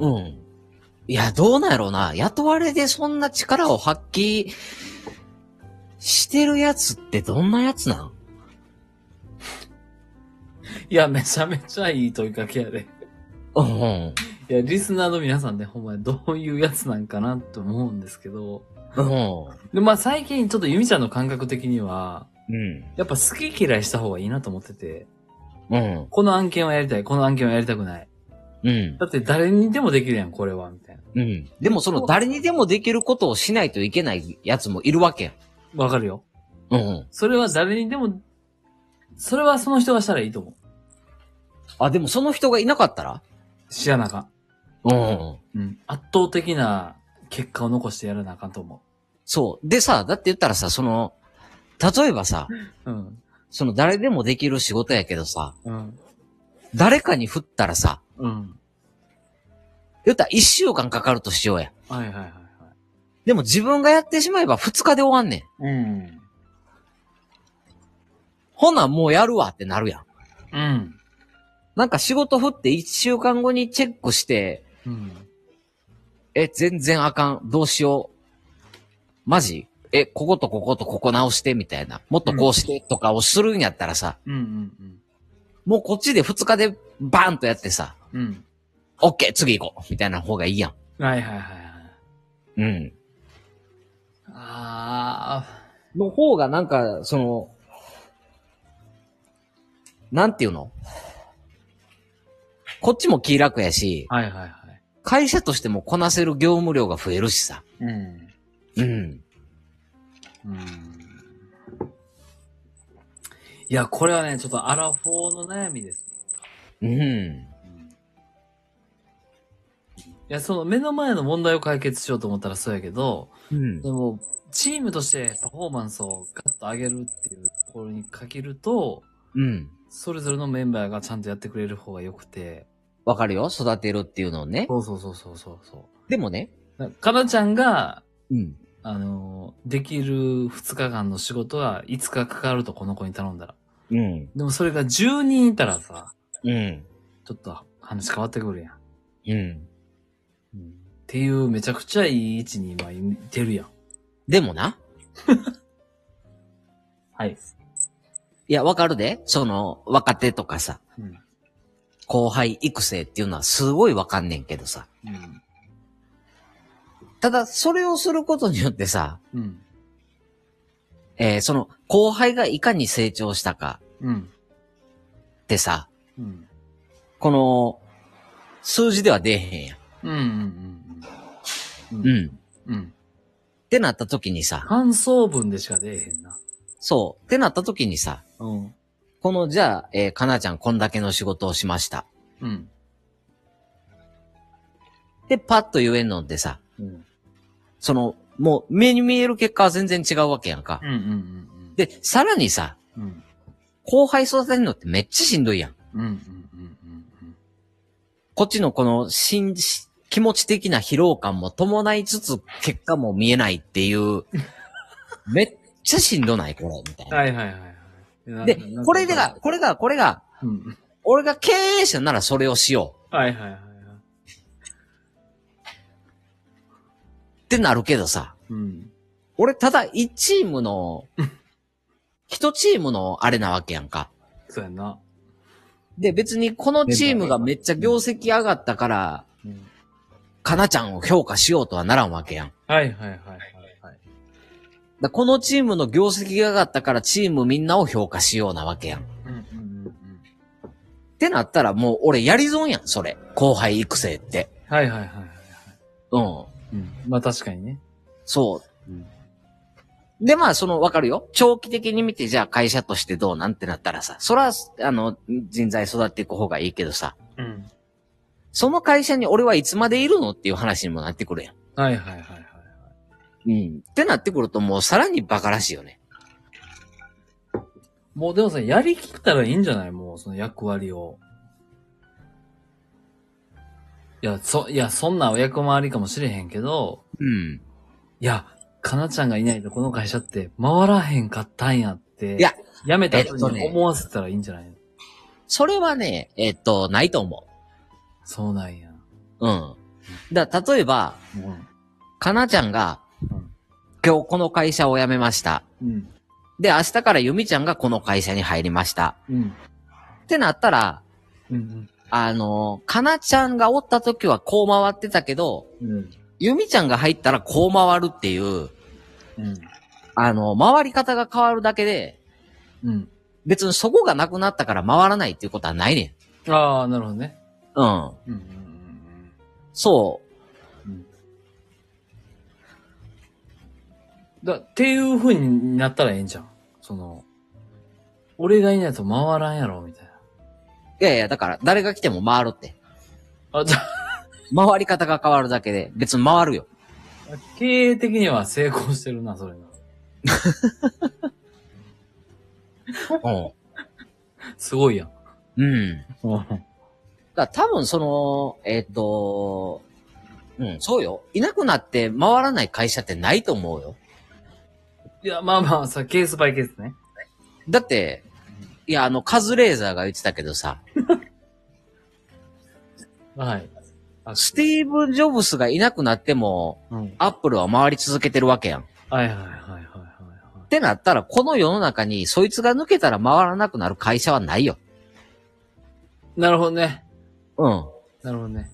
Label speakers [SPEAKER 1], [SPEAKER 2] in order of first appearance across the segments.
[SPEAKER 1] うん。いや、どうなんやろうな。雇われでそんな力を発揮してるやつってどんなやつなん
[SPEAKER 2] いや、めちゃめちゃいい問いかけやで。
[SPEAKER 1] うんうん。
[SPEAKER 2] いや、リスナーの皆さんね、ほんまにどういうやつなんかなと思うんですけど。
[SPEAKER 1] うん。
[SPEAKER 2] で、まあ最近ちょっとゆみちゃんの感覚的には、
[SPEAKER 1] うん。
[SPEAKER 2] やっぱ好き嫌いした方がいいなと思ってて、
[SPEAKER 1] うん。
[SPEAKER 2] この案件はやりたい、この案件はやりたくない。
[SPEAKER 1] うん。
[SPEAKER 2] だって誰にでもできるやん、これは、みたいな。
[SPEAKER 1] うん。でもその誰にでもできることをしないといけないやつもいるわけやん。
[SPEAKER 2] わかるよ。
[SPEAKER 1] うん。
[SPEAKER 2] それは誰にでも、それはその人がしたらいいと思
[SPEAKER 1] あ、でもその人がいなかったら
[SPEAKER 2] う。知らなあかん。
[SPEAKER 1] うん。
[SPEAKER 2] うん。圧倒的な結果を残してやらなあかんと思
[SPEAKER 1] そう。でさ、だって言ったらさ、その、例えばさ、
[SPEAKER 2] う。うん。
[SPEAKER 1] その誰でもできる仕事やけどさ、
[SPEAKER 2] うん。
[SPEAKER 1] 誰かに振ったらさ、
[SPEAKER 2] うん。
[SPEAKER 1] 言ったら一週間かかるとしようや。
[SPEAKER 2] はいはいはいはい。
[SPEAKER 1] でも自分がやってしまえば二日で終わんねん。
[SPEAKER 2] うん。
[SPEAKER 1] ほな、もうやるわってなるやん。
[SPEAKER 2] うん。
[SPEAKER 1] なんか仕事振って一週間後にチェックして、
[SPEAKER 2] うん。
[SPEAKER 1] え、全然あかん。どうしよう。マジえ、こことこことここ直してみたいな。もっとこうしてとかをするんやったらさ、
[SPEAKER 2] うんうん
[SPEAKER 1] もうこっちで二日でバーンとやってさ、
[SPEAKER 2] うん。うん。
[SPEAKER 1] オッケー次行こうみたいな方がいいや
[SPEAKER 2] はいはいはいはい。
[SPEAKER 1] ん。うん。
[SPEAKER 2] あ
[SPEAKER 1] の方がなんか、その、なんていうのこっちも気楽やし、
[SPEAKER 2] あ。はいはいはい。
[SPEAKER 1] 会社としてもこなせる業務量が増えるしさ。
[SPEAKER 2] うん。
[SPEAKER 1] うん。
[SPEAKER 2] うん。いや、これはね、ちょっとアラフォーの悩みです。
[SPEAKER 1] うん。
[SPEAKER 2] いや、その目の前の問題を解決しようと思ったらそうやけど、
[SPEAKER 1] うん
[SPEAKER 2] で。も、チームとしてパフォーマンスをガッと上げるっていうところに限ると、
[SPEAKER 1] うん。
[SPEAKER 2] それぞれのメンバーがちゃんとやってくれる方が良くて。
[SPEAKER 1] わかるよ育てるっていうのをね。
[SPEAKER 2] そうそうそうそうそうそ
[SPEAKER 1] でもね。
[SPEAKER 2] う。なかなちゃんが、
[SPEAKER 1] うん。
[SPEAKER 2] あの、できる2日間の仕事は5日かかるとこの子に頼んだら。
[SPEAKER 1] うん。
[SPEAKER 2] でもそれが10人いたらさ、
[SPEAKER 1] うん。
[SPEAKER 2] ちょっと話変わってくるやん。
[SPEAKER 1] うん。
[SPEAKER 2] うん、っていうめちゃくちゃいい位置に今いてるやん。
[SPEAKER 1] でもな。
[SPEAKER 2] はい。
[SPEAKER 1] いや、わかるで。その、若手とかさ、
[SPEAKER 2] うん。
[SPEAKER 1] 後輩育成っていうのはすごいわかんねんけどさ。
[SPEAKER 2] うん。
[SPEAKER 1] ただ、それをすることによってさ、
[SPEAKER 2] うん。
[SPEAKER 1] えー、その、後輩がいかに成長したか
[SPEAKER 2] うん。
[SPEAKER 1] ってさ、
[SPEAKER 2] うん。
[SPEAKER 1] この、数字では出えへんやん。
[SPEAKER 2] うん。うん。
[SPEAKER 1] う
[SPEAKER 2] うん。
[SPEAKER 1] ん。っ
[SPEAKER 2] うん。
[SPEAKER 1] てなった時にさ、
[SPEAKER 2] 感想文でしか出えへんな。
[SPEAKER 1] そう。ってなった時にさ、
[SPEAKER 2] うん。
[SPEAKER 1] この、じゃあ、えーかなちゃんこんだけの仕事をしました。
[SPEAKER 2] うん。
[SPEAKER 1] で、パッと言えんのってさ、
[SPEAKER 2] うん。
[SPEAKER 1] その、もう目に見える結果は全然違うわけやんか
[SPEAKER 2] うん。。うん。
[SPEAKER 1] で、さらにさ、
[SPEAKER 2] うん。うん。
[SPEAKER 1] 後輩育てるのってめっちゃしんどいやん。
[SPEAKER 2] うん。うん。
[SPEAKER 1] こっちのこの、しん、し気持ち的な疲労感も伴いつつ、結果も見えないって いう、めっちゃしんどないこれ、みたいな。
[SPEAKER 2] はいはいはいはい。
[SPEAKER 1] で、これが、、これが、これが、
[SPEAKER 2] うん。
[SPEAKER 1] 俺が経営者ならそれをしよ
[SPEAKER 2] はいはいはいはい。
[SPEAKER 1] うってなるけどさ、
[SPEAKER 2] うん。
[SPEAKER 1] 俺ただ一チームの、一チームのあれなわけやんか。
[SPEAKER 2] そうやな。
[SPEAKER 1] で、別にこのチームがめっちゃ業績上がったから、
[SPEAKER 2] うん。
[SPEAKER 1] かなちゃんを評価しようとはならんわけやん。
[SPEAKER 2] はいはいはいはいはい。
[SPEAKER 1] だこのチームの業績が上がったからチームみんなを評価しようなわけやん。っ
[SPEAKER 2] うんうんうんうん。
[SPEAKER 1] てなったらもう俺やり損やん、それ。後輩育成って。
[SPEAKER 2] はいはいはいはい。
[SPEAKER 1] うん。
[SPEAKER 2] うん。まあ確かにね。
[SPEAKER 1] そ
[SPEAKER 2] うん。
[SPEAKER 1] う。で、まあ、その、わかるよ。長期的に見て、じゃあ会社としてどうなんってなったらさ、そら、あの、人材育っていく方がいいけどさ、
[SPEAKER 2] うん。
[SPEAKER 1] その会社に俺はいつまでいるのっていう話にもなってくるやん。
[SPEAKER 2] はいはいはいはい。
[SPEAKER 1] うん。ってなってくるともうさらにバカらしいよね。
[SPEAKER 2] もうでもさ、やりきったらいいんじゃないもう、その役割を。いや、そ、いや、そんなお役回りかもしれへんけど、
[SPEAKER 1] うん。
[SPEAKER 2] いや、かなちゃんがいないとこの会社って回らへんかったんやって。
[SPEAKER 1] いや、
[SPEAKER 2] やめた
[SPEAKER 1] えっと
[SPEAKER 2] 人に
[SPEAKER 1] ね
[SPEAKER 2] 思わせたらいいんじゃない、
[SPEAKER 1] それはね、えっと、ないと思
[SPEAKER 2] そうなんや。
[SPEAKER 1] う。うん。だから例えば、
[SPEAKER 2] うん。
[SPEAKER 1] かなちゃんが
[SPEAKER 2] うん、
[SPEAKER 1] 今日この会社を辞めました。
[SPEAKER 2] うん。
[SPEAKER 1] で、明日からゆみちゃんがこの会社に入りました。
[SPEAKER 2] うん。
[SPEAKER 1] ってなったら、
[SPEAKER 2] うん。
[SPEAKER 1] あの、かなちゃんがおった時はこう回ってたけど、
[SPEAKER 2] うん。
[SPEAKER 1] ゆみちゃんが入ったらこう回るっていう、
[SPEAKER 2] うん。
[SPEAKER 1] あの、回り方が変わるだけで、
[SPEAKER 2] うん。
[SPEAKER 1] 別にそこがなくなったから回らないっていうことはないね
[SPEAKER 2] ああ、なるほどね。
[SPEAKER 1] ん。うん。
[SPEAKER 2] うん。うん
[SPEAKER 1] そ
[SPEAKER 2] うん。うん。だ、っていう風になったらええんじゃん。その、俺がいないと回らんやろ、みたいな。
[SPEAKER 1] う。いやいや、だから誰が来ても回るって。
[SPEAKER 2] あ、じゃ
[SPEAKER 1] 回り方が変わるだけで、別に回るよ。
[SPEAKER 2] 経営的には成功してるな、それが。
[SPEAKER 1] うん。
[SPEAKER 2] すごいやん。
[SPEAKER 1] うん。
[SPEAKER 2] うん。
[SPEAKER 1] だから多分その、えっ、と、うん、そうよ。いなくなって回らない会社ってないと思うよ。
[SPEAKER 2] いや、まあまあ、さ、ケースバイケースね。
[SPEAKER 1] だって、いや、あの、カズレーザーが言ってたけどさ、
[SPEAKER 2] はい。あ
[SPEAKER 1] スティーブ・ジョブスがいなくなっても、
[SPEAKER 2] うん。
[SPEAKER 1] アップルは回り続けてるわけやん。っ
[SPEAKER 2] はいはいはいはいはいは
[SPEAKER 1] てなったら、この世の中に、そいつが抜けたら回らなくなる会社はないよ。
[SPEAKER 2] い。なるほどね。
[SPEAKER 1] うん。
[SPEAKER 2] なるほどね。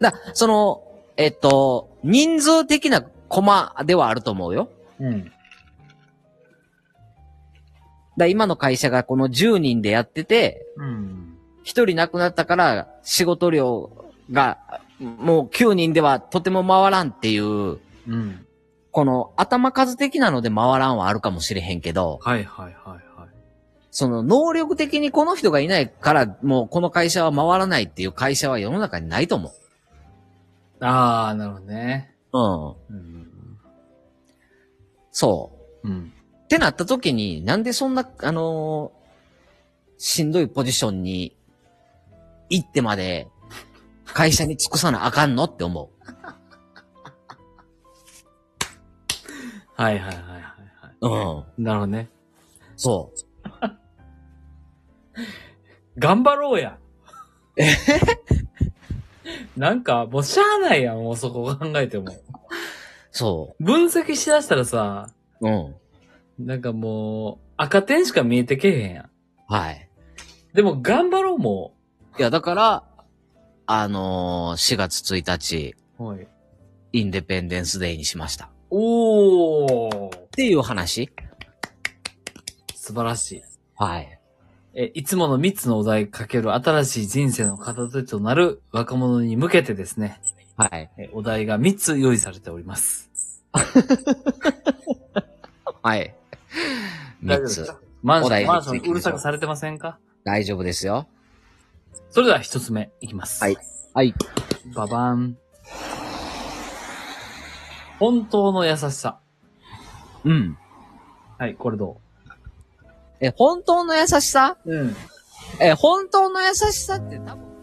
[SPEAKER 1] だ、その、えっと、人数的なコマではあると思うよ。
[SPEAKER 2] うん。
[SPEAKER 1] だ、今の会社がこの10人でやってて、
[SPEAKER 2] うん。
[SPEAKER 1] 1人亡くなったから仕事量が、もう9人ではとても回らんっていう、
[SPEAKER 2] うん。
[SPEAKER 1] この頭数的なので回らんはあるかもしれへんけど、
[SPEAKER 2] はいはいはいはい。
[SPEAKER 1] その能力的にこの人がいないから、もうこの会社は回らないっていう会社は世の中にないと思
[SPEAKER 2] ああ、なるほどね。
[SPEAKER 1] う。うん。
[SPEAKER 2] うん。
[SPEAKER 1] そう。
[SPEAKER 2] うん。
[SPEAKER 1] ってなった時に、なんでそんな、あのーしんどいポジションに行ってまで会社に尽くさなあかんのって思
[SPEAKER 2] はいはいはいはいはい。
[SPEAKER 1] う。うん。
[SPEAKER 2] なるほどね。
[SPEAKER 1] そう。
[SPEAKER 2] 頑張ろうや。なんか、もうしゃあないやん、もうそこ考えても。
[SPEAKER 1] そ
[SPEAKER 2] 分析しだしたらさ、
[SPEAKER 1] う。うん。
[SPEAKER 2] なんかもう、赤点しか見えてけえへんやん。
[SPEAKER 1] はい。
[SPEAKER 2] でも頑張ろう、も
[SPEAKER 1] いや、だから、あのー4月1日、
[SPEAKER 2] う。はい。
[SPEAKER 1] インデペンデンスデイにしました。っ
[SPEAKER 2] おー
[SPEAKER 1] ていう話
[SPEAKER 2] 素晴らしい。
[SPEAKER 1] はい。
[SPEAKER 2] え、いつもの3つのお題かける新しい人生の形となる若者に向けてですね、
[SPEAKER 1] はい。
[SPEAKER 2] えお題が3つ用意されております。
[SPEAKER 1] はい。
[SPEAKER 2] 大
[SPEAKER 1] 三
[SPEAKER 2] 丈夫です
[SPEAKER 1] つ
[SPEAKER 2] か。マンシ
[SPEAKER 1] お題
[SPEAKER 2] ョン、マンシ
[SPEAKER 1] 三ついきましょ
[SPEAKER 2] ョ
[SPEAKER 1] う
[SPEAKER 2] ンうるさくされてませんか
[SPEAKER 1] 大丈夫ですよ。
[SPEAKER 2] それでは1つ目いきます。
[SPEAKER 1] はい。はい。
[SPEAKER 2] ババーン。本当の優しさ。
[SPEAKER 1] うん。
[SPEAKER 2] はい、これど
[SPEAKER 1] え、本当の優しさ
[SPEAKER 2] ううん。
[SPEAKER 1] え、本当の優しさって多分。